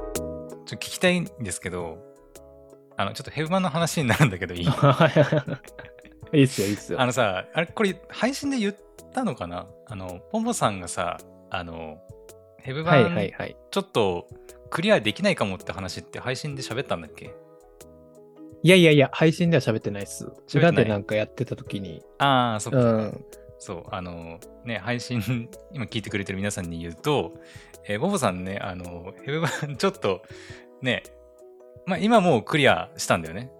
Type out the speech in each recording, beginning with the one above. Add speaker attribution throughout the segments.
Speaker 1: ちょっと聞きたいんですけど、あの、ちょっとヘブマンの話になるんだけど、いい
Speaker 2: いいっすよ、いいっすよ。
Speaker 1: あのさ、あれ、これ、配信で言ったのかなあの、ポンポさんがさ、あの、ヘブ
Speaker 2: は
Speaker 1: 版
Speaker 2: いはいはい。
Speaker 1: ちょっとクリアできないかもって話って配信で喋ったんだっけ
Speaker 2: いやいやいや、配信では喋ってないっす。
Speaker 1: てない
Speaker 2: 裏でなんかやってた時に。
Speaker 1: ああ、そっ
Speaker 2: う
Speaker 1: か。
Speaker 2: ん。
Speaker 1: そう、あの、ね、配信、 今聞いてくれてる皆さんに言うと、えーボボさんね、あの、ヘブ版 ちょっと、ね、まあ今もうクリアしたんだよね。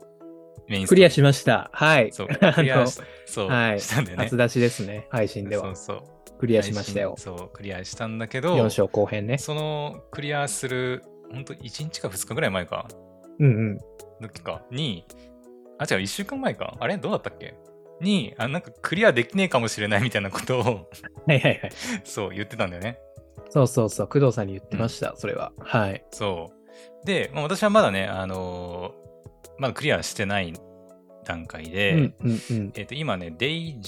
Speaker 1: メインストー
Speaker 2: ク
Speaker 1: リ
Speaker 2: リ
Speaker 1: ー
Speaker 2: アしました。はい。
Speaker 1: そう、
Speaker 2: あの
Speaker 1: クリアした。そう、
Speaker 2: はい
Speaker 1: したんだよね
Speaker 2: 初。出しですね、配信で
Speaker 1: そ
Speaker 2: は
Speaker 1: う。そう。
Speaker 2: クリアしましたよ
Speaker 1: 配。信そう、クリアしたんだけど、
Speaker 2: 4章後編ね。
Speaker 1: そのクリアする、本当1日か2日ぐらい前か、
Speaker 2: うん
Speaker 1: の時か、に、あ、違う、1週間前か。あれどうだったっけに、あ、なんかクリアできねえかもしれないみたいなことを、
Speaker 2: うん。はいはいはい。
Speaker 1: そう、言ってたんだよね。
Speaker 2: そうそうそう、工藤さんに言ってました、それは。はい。
Speaker 1: そう。で、まあ、私はまだね、あのーまだクリアしてない段階で、
Speaker 2: うんうんうん。
Speaker 1: えっ、と、今ね、デイ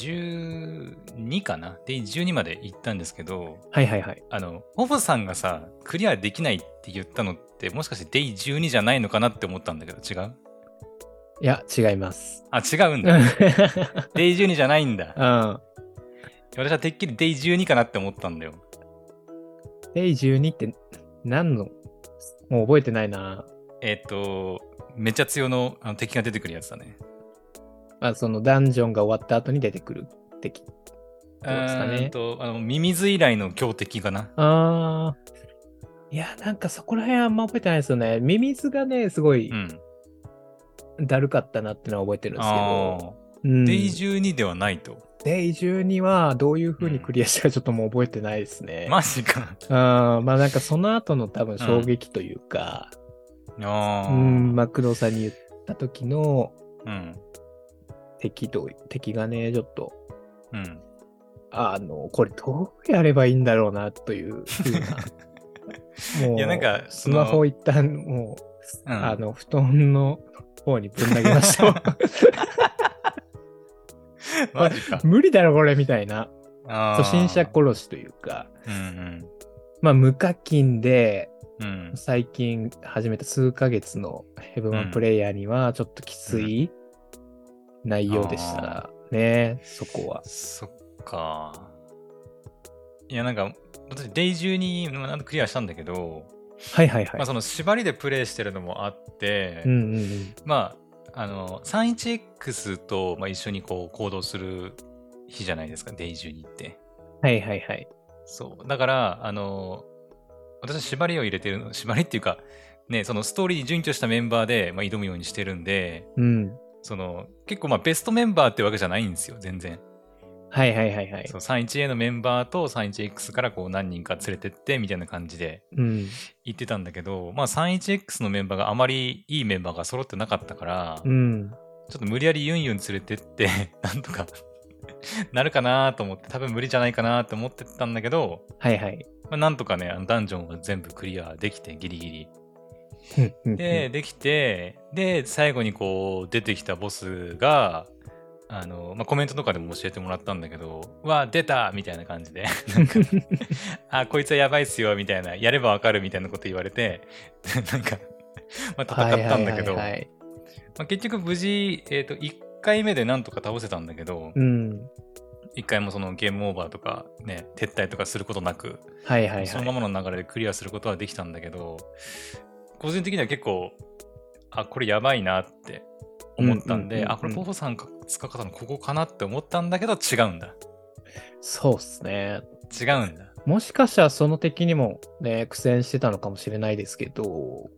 Speaker 1: 12かなデイ12まで行ったんですけど、
Speaker 2: はいはいはい。
Speaker 1: あの、ホボさんがさ、クリアできないって言ったのって、もしかしてデイ12じゃないのかなって思ったんだけど、違う
Speaker 2: いや、違います。
Speaker 1: あ、違うん
Speaker 2: うん。
Speaker 1: だ。デイ12じゃないんだ。
Speaker 2: うん
Speaker 1: 私はてっきりデイ12かなって思ったんだよ。
Speaker 2: デイ12って何のもう覚えてないな。
Speaker 1: えっ、と、めちゃ強のあの敵が出てくるやつだね。
Speaker 2: まあ、そのダンジョンが終わった後に出てくる敵。どうですかね
Speaker 1: えっと、あのミミズ以来の強敵かな。
Speaker 2: ああ。いや、なんかそこら辺あんま覚えてないですよね。ミミズがね、すごい
Speaker 1: うん。
Speaker 2: だるかったなってのは覚えてるんですけ
Speaker 1: あ
Speaker 2: ど。
Speaker 1: あ、
Speaker 2: うん
Speaker 1: デイ12ではないと。
Speaker 2: デイ12はどういう風にクリアしたかちょっともう覚えてないですね。
Speaker 1: マジか。
Speaker 2: あーまあなんかその後の多分衝撃というか、
Speaker 1: あ
Speaker 2: う
Speaker 1: あ。
Speaker 2: ん、まあ工藤さんに言った時の
Speaker 1: うん。
Speaker 2: 敵と、敵がね、ちょっと、
Speaker 1: うん。
Speaker 2: あの、これどうやればいいんだろうなという風な もう
Speaker 1: いやなんか
Speaker 2: ス
Speaker 1: その
Speaker 2: マホ一旦も
Speaker 1: う
Speaker 2: う、
Speaker 1: ん
Speaker 2: あの、布団の方にぶん投げました。
Speaker 1: マジか。
Speaker 2: 無理だろ、これ、みたいな。
Speaker 1: あー
Speaker 2: 初心者殺しというか、
Speaker 1: うん
Speaker 2: まあ無課金で、
Speaker 1: うん。うん。
Speaker 2: 最近始めた数ヶ月のヘブマンプレイヤーにはちょっときつい内容でしたね、そこは。
Speaker 1: そっか。いや、なんか、私、デイ12まあなんとクリアしたんだけど、
Speaker 2: はいはいは
Speaker 1: まあ
Speaker 2: い。
Speaker 1: その縛りでプレイしてるのもあって、
Speaker 2: うんうんうん。
Speaker 1: まあ、あの、31X と、まあ、一緒にこう行動する日じゃないですか、デイ12って。
Speaker 2: はいはいはい。
Speaker 1: そう。だから、あの、私は縛りを入れてるの、縛りっていうか、ね、そのストーリーに準拠したメンバーで、まあ、挑むようにしてるんで、
Speaker 2: うん。
Speaker 1: その、結構まあベストメンバーってわけじゃないんですよ、全然。
Speaker 2: はいはいはいはい
Speaker 1: そ。う、31A のメンバーと 31X からこう何人か連れてって、みたいな感じで
Speaker 2: うん。
Speaker 1: 言ってたんだけど、まあ 31X のメンバーがあまりいいメンバーが揃ってなかったから、
Speaker 2: うん。
Speaker 1: ちょっと無理やりユンユン連れてって、 なんとかなるかなと思って、多分無理じゃないかなと思ってたんだけど、
Speaker 2: はいはい。
Speaker 1: まあ、なんとかね、あのダンジョンは全部クリアできて、ギリギリ。
Speaker 2: うんうんうん
Speaker 1: で、できて、で、最後にこう、出てきたボスが、あの、まあ、コメントとかでも教えてもらったんだけど、うわ、出たみたいな感じ で、なんか、あ、こいつはやばいっすよ、みたいな、やればわかるみたいなこと言われて、 なんか、まあ、戦ったんだけど、
Speaker 2: はいは
Speaker 1: ま
Speaker 2: いはいはい
Speaker 1: あ、結局無事、えっ、と、1回目でなんとか倒せたんだけど、
Speaker 2: うん。
Speaker 1: 一回もそのゲームオーバーとかね撤退とかすることなく、
Speaker 2: はいはい
Speaker 1: そ
Speaker 2: は
Speaker 1: の
Speaker 2: い。
Speaker 1: ままの流れでクリアすることはできたんだけど個人的には結構あこれやばいなって思ったんで、
Speaker 2: うんうんうんうん
Speaker 1: あこれポポさんが使ったのここかなって思ったんだけど違うんだ
Speaker 2: そうっすね。
Speaker 1: 違うんだ
Speaker 2: もしかしたらその敵にもね、苦戦してたのかもしれないですけど、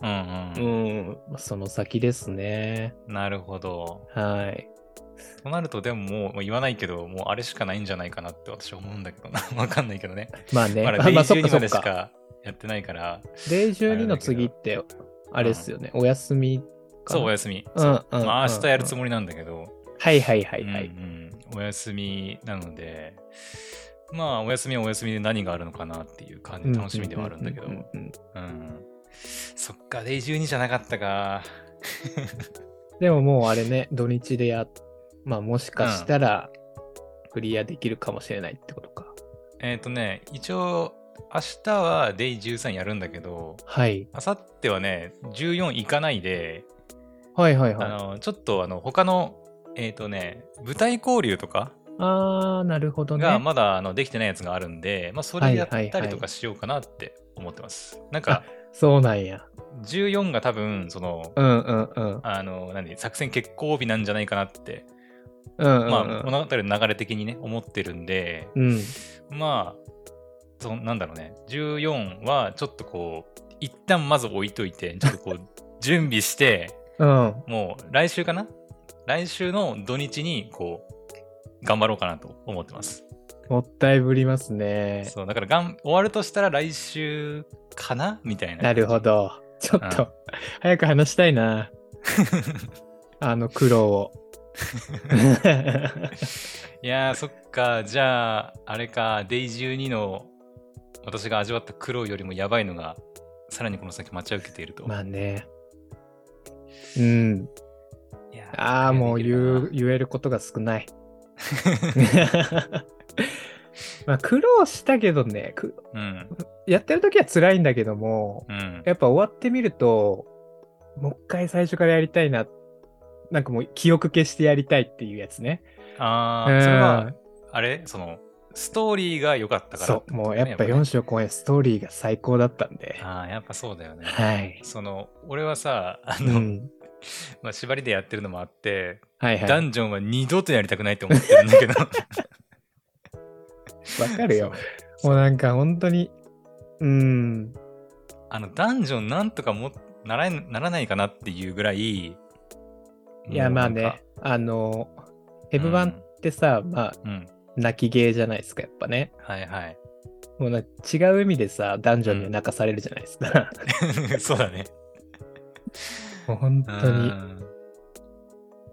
Speaker 1: うん
Speaker 2: う
Speaker 1: うん、
Speaker 2: ん。その先ですね。
Speaker 1: なるほど
Speaker 2: はい。
Speaker 1: となるとでももうもう言わないけどもうあれしかないんじゃないかなって私は思うんだけどな わかんないけどね
Speaker 2: まあね、
Speaker 1: まだ
Speaker 2: あ
Speaker 1: デイ
Speaker 2: まあそっか
Speaker 1: 12
Speaker 2: そ
Speaker 1: ま
Speaker 2: っ
Speaker 1: でし
Speaker 2: か。
Speaker 1: かやってないから
Speaker 2: デイ12の次って、あれっすよね、お休みか
Speaker 1: そ
Speaker 2: な。
Speaker 1: うお休み、
Speaker 2: うんうんうん
Speaker 1: まあ明日やるつ
Speaker 2: り。
Speaker 1: もりなんだけど、
Speaker 2: はいはいはいはい。
Speaker 1: うんうん、お休みなのでまあお休みはお休みで何があるのかなっていう感じで楽しみではあるんだけど
Speaker 2: うううんうん
Speaker 1: うんそっかデイ12じゃなかったか
Speaker 2: でももうあれね、土日でや、まあもしかしたら、クリアできるかもしれないってことか。
Speaker 1: えっ、とね一応明日はデイ13やるんだけど、
Speaker 2: はい。
Speaker 1: 明後日はね、14行かないで、
Speaker 2: はいはい
Speaker 1: あ
Speaker 2: はい。
Speaker 1: のちょっとあの他の、えっ、とね、舞台交流とか
Speaker 2: あー、なるほどね。
Speaker 1: がまだあのできてないやつがあるんで、まあ、そ
Speaker 2: は
Speaker 1: れ
Speaker 2: い
Speaker 1: やった
Speaker 2: はいは
Speaker 1: り
Speaker 2: い
Speaker 1: とかしようかなって思ってます。なんか、
Speaker 2: そうなんや。
Speaker 1: 14が多分、その、
Speaker 2: うんうんうん。
Speaker 1: あの、何、作戦決行日なんじゃないかなって、
Speaker 2: うんうん、うん。
Speaker 1: まあ、物語の流れ的にね、思ってるんで、
Speaker 2: うん。
Speaker 1: まあ、そんなんだろうね、14はちょっとこう、一旦まず置いといて、ちょっと こう、準備して、
Speaker 2: うん。
Speaker 1: もう来週かな来週の土日に、こう、頑張ろうかなと思ってます。
Speaker 2: もったいぶりますね。
Speaker 1: そう、だからがん、終わるとしたら来週かなみたいな。
Speaker 2: なるほど。ちょっと、早く話したいな。あの苦労を。
Speaker 1: いやー、そっか。じゃあ、あれか、デイ12の私が味わった苦労よりもやばいのが、さらにこの先待ち受けていると。
Speaker 2: まあね。うん。
Speaker 1: いやー
Speaker 2: ああ、もう言う、。言えることが少ない。 まあ苦労したけどね、く
Speaker 1: うん。
Speaker 2: やってる時は辛いんだけども、
Speaker 1: うん。
Speaker 2: やっぱ終わってみると、もう一回最初からやりたいな。なんかもう記憶消してやりたいっていうやつね。
Speaker 1: あ
Speaker 2: う
Speaker 1: あ、
Speaker 2: ん
Speaker 1: それは、あれその、ストーリーが良かったから
Speaker 2: そう、もうやっぱ4
Speaker 1: ね
Speaker 2: 章公演ストーリーが最高だったんで。
Speaker 1: ああ、やっぱそうだよね。
Speaker 2: はい。
Speaker 1: その、俺はさ、あ
Speaker 2: う
Speaker 1: の、
Speaker 2: ん。
Speaker 1: まあ、縛りでやってるのもあって、
Speaker 2: はいはい。
Speaker 1: ダンジョンは二度とやりたくないって思ってるんだ けど。
Speaker 2: わかるよ。
Speaker 1: そう。
Speaker 2: もうなんか本当に、うん。
Speaker 1: あのダンジョンなんとかもならならないかなっていうぐらい。い
Speaker 2: いやまあね、あの、ヘブ版ってさ、まあ、
Speaker 1: うん。
Speaker 2: 泣きゲーじゃないですか、やっぱね。
Speaker 1: はいはい。
Speaker 2: もうなんか違う意味でさ、ダンジョンに泣かされるじゃないで すか。
Speaker 1: そうだね。
Speaker 2: もう本
Speaker 1: う
Speaker 2: 当に。
Speaker 1: ん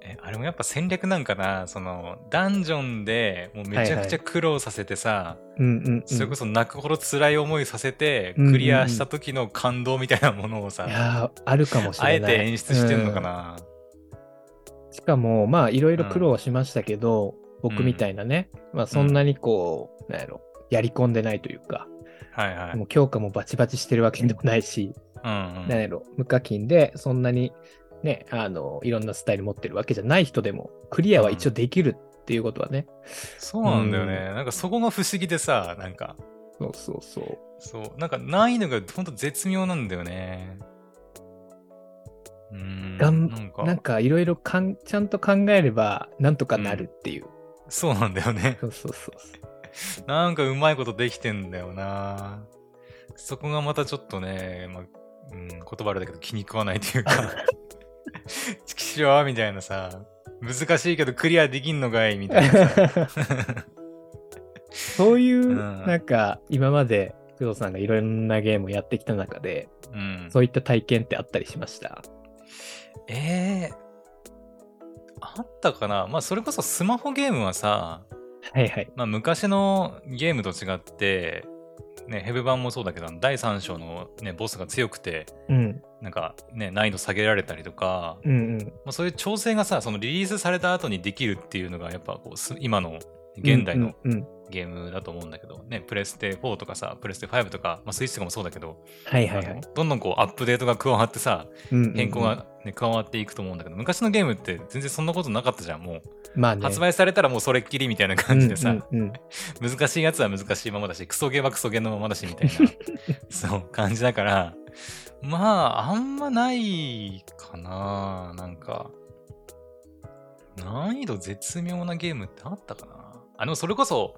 Speaker 1: え、あれもやっぱ戦略なんかな、その、ダンジョンでもうめちゃくちゃ苦労させてさ、
Speaker 2: うんうん、うん。
Speaker 1: それこそ泣くほど辛い思いさせて、
Speaker 2: うんうんうん
Speaker 1: クリアした時の感動みたいなものをさ、
Speaker 2: いやーあるかもしれ
Speaker 1: あ
Speaker 2: ない。
Speaker 1: えて演出してんのかな。
Speaker 2: うんしかも、まあ、いろいろ苦労はしましたけど、僕みたいなね、まあ、そんなにこう、なんやろ、やり込んでないというか、
Speaker 1: はいはい。うん
Speaker 2: もう強化もバチバチしてるわけでもないし、
Speaker 1: うん。
Speaker 2: なんやろ、無課金で、そんなに、ね、あの、いろんなスタイル持ってるわけじゃない人でも、クリアは一応できるっていうことはね、
Speaker 1: そうなんだよね。なんかそこが不思議でさ、なんか。
Speaker 2: そうそうそう。
Speaker 1: そう、なんか難易度がほんと絶妙なんだよね。うーん。
Speaker 2: がん
Speaker 1: なんか
Speaker 2: なんかいろいろかんちゃんと考えればなんとかなるっていう、
Speaker 1: そうなんだよね。
Speaker 2: そうそうそうそう
Speaker 1: なんかうまいことできてんだよな。そこがまたちょっとね、まあ、うん、言葉あれだけど気に食わないというか、 チキショーみたいなさ、難しいけどクリアできんのかいみた いなさ。
Speaker 2: そういう、
Speaker 1: うん
Speaker 2: なんか今まで工藤さんがいろんなゲームをやってきた中で
Speaker 1: うん。
Speaker 2: そういった体験ってあったりしました
Speaker 1: えー、あったかなまあそれこそスマホゲームはさ、
Speaker 2: はいはい
Speaker 1: まあ、昔のゲームと違って、ね、ヘブ版もそうだけど第3章の、ね、ボスが強くて
Speaker 2: うん
Speaker 1: なんか、ね、難易度下げられたりとか、
Speaker 2: うんうん
Speaker 1: まあ、そういう調整がさそのリリースされた後にできるっていうのがやっぱこうす今の現代の
Speaker 2: うんうんうん
Speaker 1: ゲームだと思うんだけど、ね、プレステ4とかさプレステ5とか、まあ、スイッチとかもそうだけど、
Speaker 2: はいはいは
Speaker 1: あの
Speaker 2: い
Speaker 1: どんどんこうアップデートが加わってさ
Speaker 2: うんうんうん
Speaker 1: 変更が、ね加わっていくと思うんだけど昔のゲームって全然そんなことなかったじゃんも
Speaker 2: まあ
Speaker 1: う
Speaker 2: ね
Speaker 1: 発売されたらもうそれっきりみたいな感じでさ、
Speaker 2: うんうんうん
Speaker 1: 難しいやつは難しいままだしクソゲーはクソゲーのままだしみ たいなそう感じだからまああんまないかななんか難易度絶妙なゲームってあったかなあでもそれこそ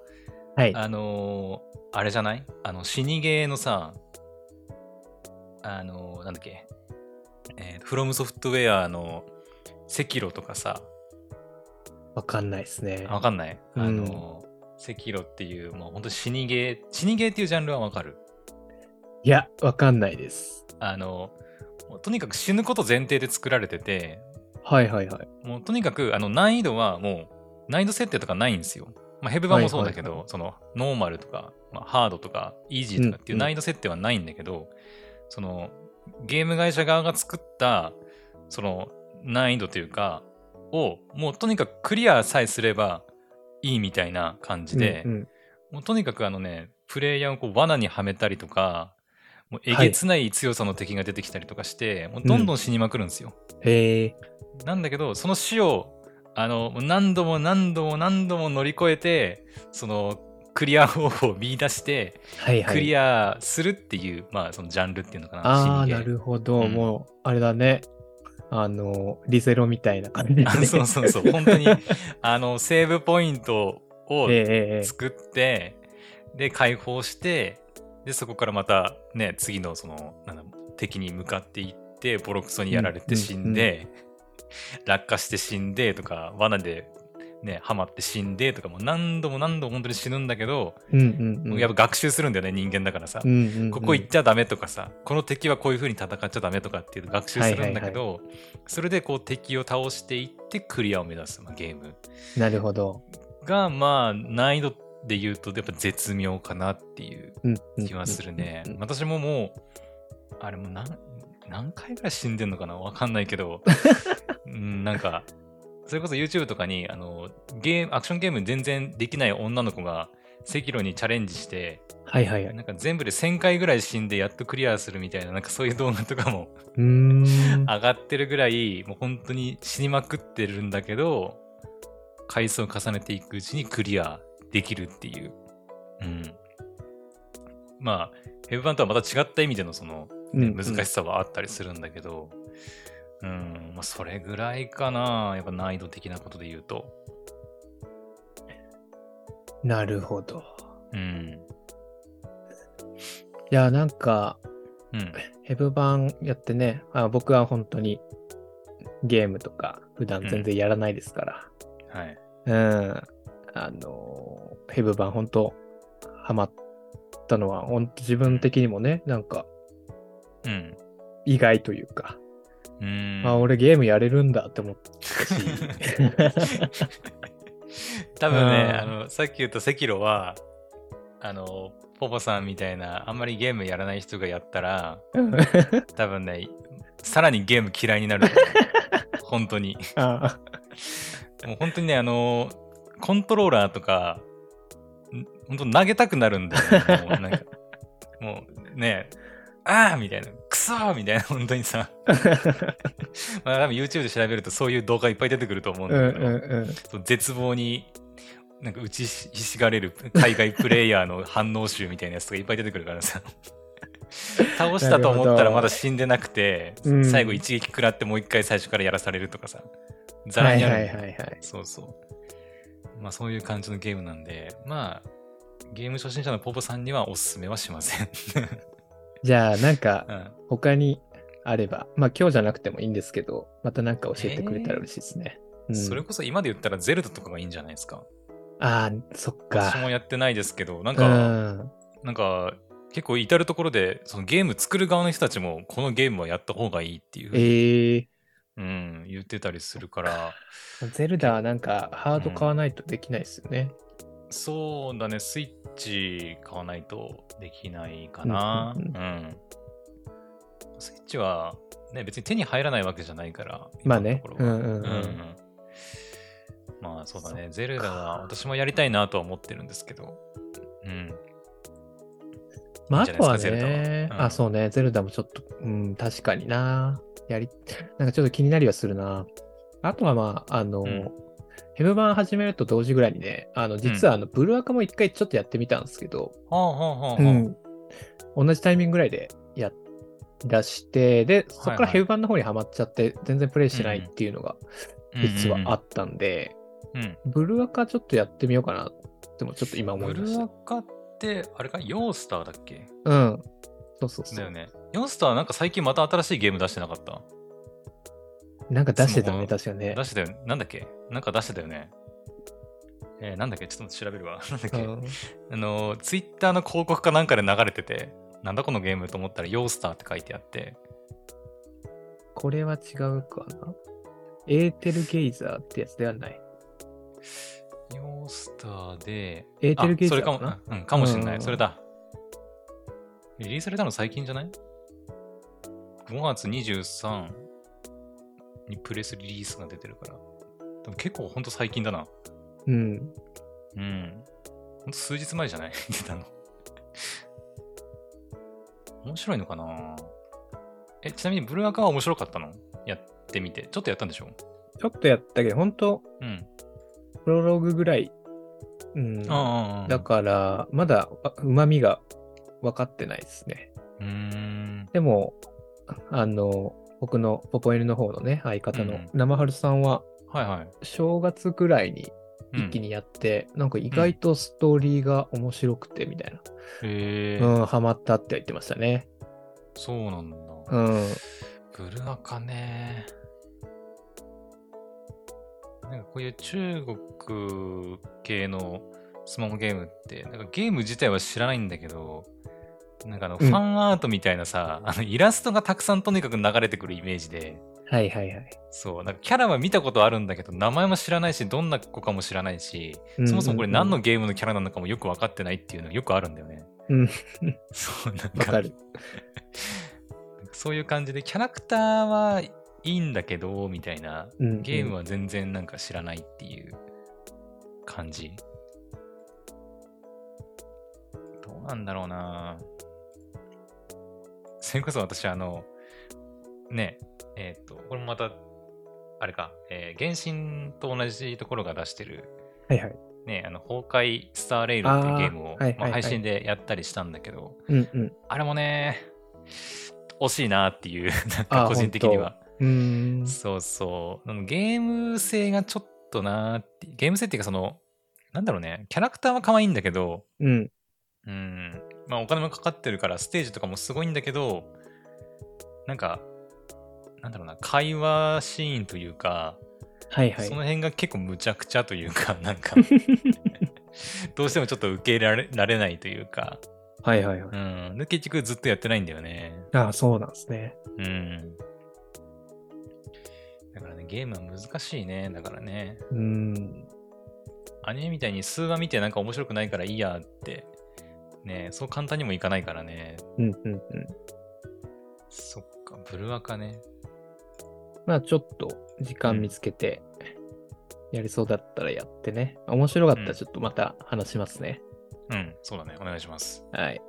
Speaker 2: はい
Speaker 1: あのーあれじゃないあの死にゲーのさあのーなんだっけえーフロムソフトウェアの赤炉とかさ
Speaker 2: わかんないですね
Speaker 1: わかんない、
Speaker 2: うん
Speaker 1: あの赤炉っていうもう本当死にゲー死にゲーっていうジャンルはわかる
Speaker 2: いやわかんないです
Speaker 1: あのもうとにかく死ぬこと前提で作られてて
Speaker 2: はいはいはい
Speaker 1: もうとにかくあの難易度はもう難易度設定とかないんですよ、まあ、ヘブ版もそうだけど、
Speaker 2: はいはい
Speaker 1: そのノーマルとか、まあ、ハードとかイージーとかっていう
Speaker 2: うんうん
Speaker 1: 難易度設定はないんだけど、そのゲーム会社側が作ったその難易度というかをもうとにかくクリアさえすればいいみたいな感じで、
Speaker 2: うんうん
Speaker 1: もうとにかくあのね、プレイヤーをこう罠にはめたりとか、もうえげつない強さの敵が出てきたりとかして、もうどんどん死にまくるんですよ。
Speaker 2: へえ。
Speaker 1: なんだけど、その死をあのもう何度も何度も何度も乗り越えて、そのクリア方法を見出して、
Speaker 2: はいはい。
Speaker 1: クリアするっていう、まあそのジャンルっていうのかな。
Speaker 2: あ
Speaker 1: 死
Speaker 2: あ、
Speaker 1: にゲー
Speaker 2: なるほど。
Speaker 1: うん
Speaker 2: もう、あれだね。あの、リゼロみたいな感じで、ね
Speaker 1: あ。 そうそうそう、本当にあのセーブポイントを
Speaker 2: ええええええ
Speaker 1: 作って、で解放してでそこからまたね次のそのなんだ敵に向かっていってボロクソにやられ
Speaker 2: うん
Speaker 1: て死んで、落下して死んでとか罠でねハマって死んでとかもう何度も何度も本当に死ぬんだけど、
Speaker 2: うんうん
Speaker 1: も
Speaker 2: う。
Speaker 1: うんやっぱ学習するんだよね人間だからさ、
Speaker 2: うんうんうん、
Speaker 1: ここ行っちゃダメとかさこの敵はこういう風に戦っちゃダメとかっていうの学習するんだけど、それでこう敵を倒していってクリアを目指す、まあ、ゲーム
Speaker 2: なるほど。
Speaker 1: がまあ難易度で言うとやっぱ絶妙かなっていう
Speaker 2: うんうんうん
Speaker 1: 気はするね、
Speaker 2: うんうん
Speaker 1: 私ももうあれもう何何回ぐらい死んでんのかなわかんないけ どうんなんかそれこそ YouTube とかにあのゲームアクションゲーム全然できない女の子が赤炉にチャレンジして
Speaker 2: はいはいはい。
Speaker 1: なんか全部で1000回ぐらい死んでやっとクリアするみたいななんかそういう動画とかも
Speaker 2: うー
Speaker 1: 上
Speaker 2: ん。
Speaker 1: がってるぐらいもう本当に死にまくってるんだけど回数を重ねていくうちにクリアできるっていう、うん、まあヘブ版とはまた違った意味でのその、
Speaker 2: うん
Speaker 1: ね
Speaker 2: うん
Speaker 1: 難しさはあったりするんだけど、うんまあ、それぐらいかなやっぱ難易度的なことで言うと、
Speaker 2: なるほど。
Speaker 1: うん
Speaker 2: いや、なんか、
Speaker 1: うん、
Speaker 2: ヘブ版やってね、あ僕は本当にゲームとか普段全然やらないですから。
Speaker 1: はい、
Speaker 2: うん。あのー、ヘブ版本当ハマったのは、本当自分的にもね、なんか
Speaker 1: うん
Speaker 2: 意外というか、
Speaker 1: うん
Speaker 2: あ、俺ゲームやれるんだって思ったし。
Speaker 1: 多分ね、
Speaker 2: うん
Speaker 1: あのさっき言った赤炉はあのポポさんみたいなあんまりゲームやらない人がやったら多分ねさらにゲーム嫌いになる 本当に
Speaker 2: あ
Speaker 1: もう本当にねあのコントローラーとかん本当投げたくなるんだよ、ね、もうなんかもうねああみたいなクソーみたいな本当に さ、まあ、多分 YouTube で調べるとそういう動画いっぱい出てくると思うん
Speaker 2: うん
Speaker 1: だ
Speaker 2: う
Speaker 1: け
Speaker 2: ん
Speaker 1: ど、
Speaker 2: うん。
Speaker 1: そう絶望になんか打ちひしがれる 海外プレイヤーの反応集みたいなやつとかいっぱい出てくるから さ倒したと思ったらまだ死んでなくて
Speaker 2: うん
Speaker 1: 最後一撃食らってもう一回最初からやらされるとかさざ
Speaker 2: は
Speaker 1: ら
Speaker 2: い
Speaker 1: にあ
Speaker 2: は
Speaker 1: る、
Speaker 2: いはいはい。
Speaker 1: そうそうまあそういう感じのゲームなんでまあゲーム初心者のポポさんにはおすすめはしません、
Speaker 2: じゃあ、なんか
Speaker 1: う、ん、
Speaker 2: 他にあれば、まあ今日じゃなくてもいいんですけど、またなんか教えてくれたら嬉しいですね。う ん
Speaker 1: それこそ今で言ったらゼルダとかがいいんじゃないですか
Speaker 2: ああ、そっ
Speaker 1: 私も
Speaker 2: か。
Speaker 1: やってないですけどなん
Speaker 2: う
Speaker 1: か、
Speaker 2: ん。
Speaker 1: なんか結構至るところでそのゲーム作る側の人たちもこのゲームはやった方がいいっていうふうに、
Speaker 2: ええ
Speaker 1: うん、言ってたりするから
Speaker 2: ゼルダはなんかハード買わないとできないですよね。
Speaker 1: そうだねスイッチ買わないとできないかな、
Speaker 2: う
Speaker 1: うんんスイッチは、ね、別に手に入らないわけじゃないから
Speaker 2: まあね
Speaker 1: 今のと。こ
Speaker 2: う
Speaker 1: ろは
Speaker 2: んうんう
Speaker 1: うんうん
Speaker 2: ん。
Speaker 1: まあそうだ
Speaker 2: そ
Speaker 1: ねゼルダは私もやりたいなとは思ってるんですけどうん
Speaker 2: まあ、
Speaker 1: いいんじ
Speaker 2: あ
Speaker 1: ゃ
Speaker 2: と
Speaker 1: な
Speaker 2: は
Speaker 1: で
Speaker 2: い
Speaker 1: すかゼル、
Speaker 2: ね
Speaker 1: ダはうん
Speaker 2: あ、そうね、ゼルダもちょっと、うん、確かにな。やり、なんかちょっと気になりはするな。あとはまあ、あの、
Speaker 1: うん
Speaker 2: ヘブ版始めると同時ぐらいにね、あの、実はあの、ブルアカも一回ちょっとやってみたんですけど、
Speaker 1: はあはあはあはあ、
Speaker 2: うん同じタイミングぐらいでやり出して、で、そこ
Speaker 1: はい
Speaker 2: か
Speaker 1: は
Speaker 2: ら
Speaker 1: い
Speaker 2: ヘブ版の方にはまっちゃって、全然プレイしてないっていうのが、実はあ
Speaker 1: あ
Speaker 2: ったんで、
Speaker 1: うん
Speaker 2: ブルアカちょっとやってみようかなってもちょっと今思
Speaker 1: ブ
Speaker 2: いま
Speaker 1: ル
Speaker 2: し
Speaker 1: アカってあれかヨースターだっけ
Speaker 2: た。うん。そうそうそう。
Speaker 1: だよね。ヨースターなんか最近また新しいゲーム出してなかった
Speaker 2: なんか出してた
Speaker 1: スマホ
Speaker 2: ね、
Speaker 1: の
Speaker 2: 確かね
Speaker 1: 出。してたよね。なんだっけなんか出してたよね。えーなんだっけちょっと待って調べるわ。 なんだっ
Speaker 2: う
Speaker 1: け
Speaker 2: ん
Speaker 1: あの、ツイッターの広告かなんかで流れてて、なんだこのゲームと思ったらヨースターって書いてあって、
Speaker 2: これは違うかな。エーテルゲイザーってやつではない。
Speaker 1: ヨースターで、
Speaker 2: エーテ
Speaker 1: あ
Speaker 2: ルゲイ
Speaker 1: そ
Speaker 2: ザ
Speaker 1: れか
Speaker 2: ーか
Speaker 1: も
Speaker 2: な、
Speaker 1: うん、かもしんな
Speaker 2: うん
Speaker 1: い。それだ。リリースされたの最近じゃない ?5 月23にプレスリリースが出てるから。でも結構ほんと最近だな。
Speaker 2: うん。
Speaker 1: うん。ほんと数日前じゃない 出たの。面白いのかなえ、ちなみにブルーアカは面白かったのやってみて。ちょっとやったんでしょ
Speaker 2: ちょっとやったけど、本当
Speaker 1: うん。
Speaker 2: プロローグぐらい。うん。
Speaker 1: ああ。
Speaker 2: だから、まだうまみが分かってないですね。
Speaker 1: うーん。
Speaker 2: でも、あの、僕のポポエルの方のね、相方
Speaker 1: う
Speaker 2: の
Speaker 1: ん
Speaker 2: 生春さんは、
Speaker 1: はいはい。
Speaker 2: 正月ぐらいに
Speaker 1: うん
Speaker 2: 一気。にやって、なんか意外とストーリーが面白くてみたいな。
Speaker 1: へえ、
Speaker 2: うん、ハマったって言ってましたね。
Speaker 1: そうなんだ。
Speaker 2: うん。
Speaker 1: ブルアカね。なんかこういう中国系のスマホゲームって、なんかゲーム自体は知らないんだけど、なんかあの
Speaker 2: う
Speaker 1: フ
Speaker 2: ん
Speaker 1: ァンアートみたいなさ、あのイラストがたくさんとにかく流れてくるイメージで、
Speaker 2: はいはいはい。
Speaker 1: そう、なんかキャラは見たことあるんだけど、名前も知らないし、どんな子かも知らないし、そもそもこれ何のゲームのキャラなのかもよく分かってないっていうのよくあるんだよね。
Speaker 2: うん。
Speaker 1: そう、なん
Speaker 2: わかる。
Speaker 1: そういう感じで、キャラクターはいいんだけど、みたいな、
Speaker 2: うんうん
Speaker 1: ゲームは全然なんか知らないっていう感じ。どうなんだろうなそれこそ私、あの、ね、えーっと、これもまた、あれか、えー原神と同じところが出してる、
Speaker 2: はいはい。
Speaker 1: ね、あの、崩壊スターレイルっていうゲームを
Speaker 2: あーは
Speaker 1: ま
Speaker 2: い
Speaker 1: あ
Speaker 2: はいは
Speaker 1: 配
Speaker 2: い
Speaker 1: 信でやったりしたんだけど、
Speaker 2: うんうん。
Speaker 1: あれもね、惜しいなっていう、 なん
Speaker 2: あ
Speaker 1: か
Speaker 2: ー
Speaker 1: 個人的には。
Speaker 2: うーん。
Speaker 1: そうそう。あのゲーム性がちょっとなーって、ゲーム性っていうかその、なんだろうね、キャラクターは可愛いんだけど、
Speaker 2: うん。
Speaker 1: うん、まあお金もかかってるから、ステージとかもすごいんだけど、なんか、なんだろうな、会話シーンというか、
Speaker 2: はいはい。
Speaker 1: その辺が結構むちゃくちゃというか、 なんか、どうしてもちょっと受け入れられられないというか、
Speaker 2: はいはいはい。
Speaker 1: うん、で結局ずっとやってないんだよね。
Speaker 2: ああ、そうなんですね。
Speaker 1: うん。だからね、ゲームは難しいね。だからね、
Speaker 2: うーん。
Speaker 1: アニメみたいに数話見てなんか面白くないからいいやって、ね、そう簡単にもいかないからね。
Speaker 2: うんうんうん。
Speaker 1: そっか、ブルアカね。
Speaker 2: まあちょっと時間見つけて、やりそうだったらやってね。面白かった
Speaker 1: うん
Speaker 2: らちょっとまた話しますね。
Speaker 1: うん、そうだね。お願いします。
Speaker 2: はい。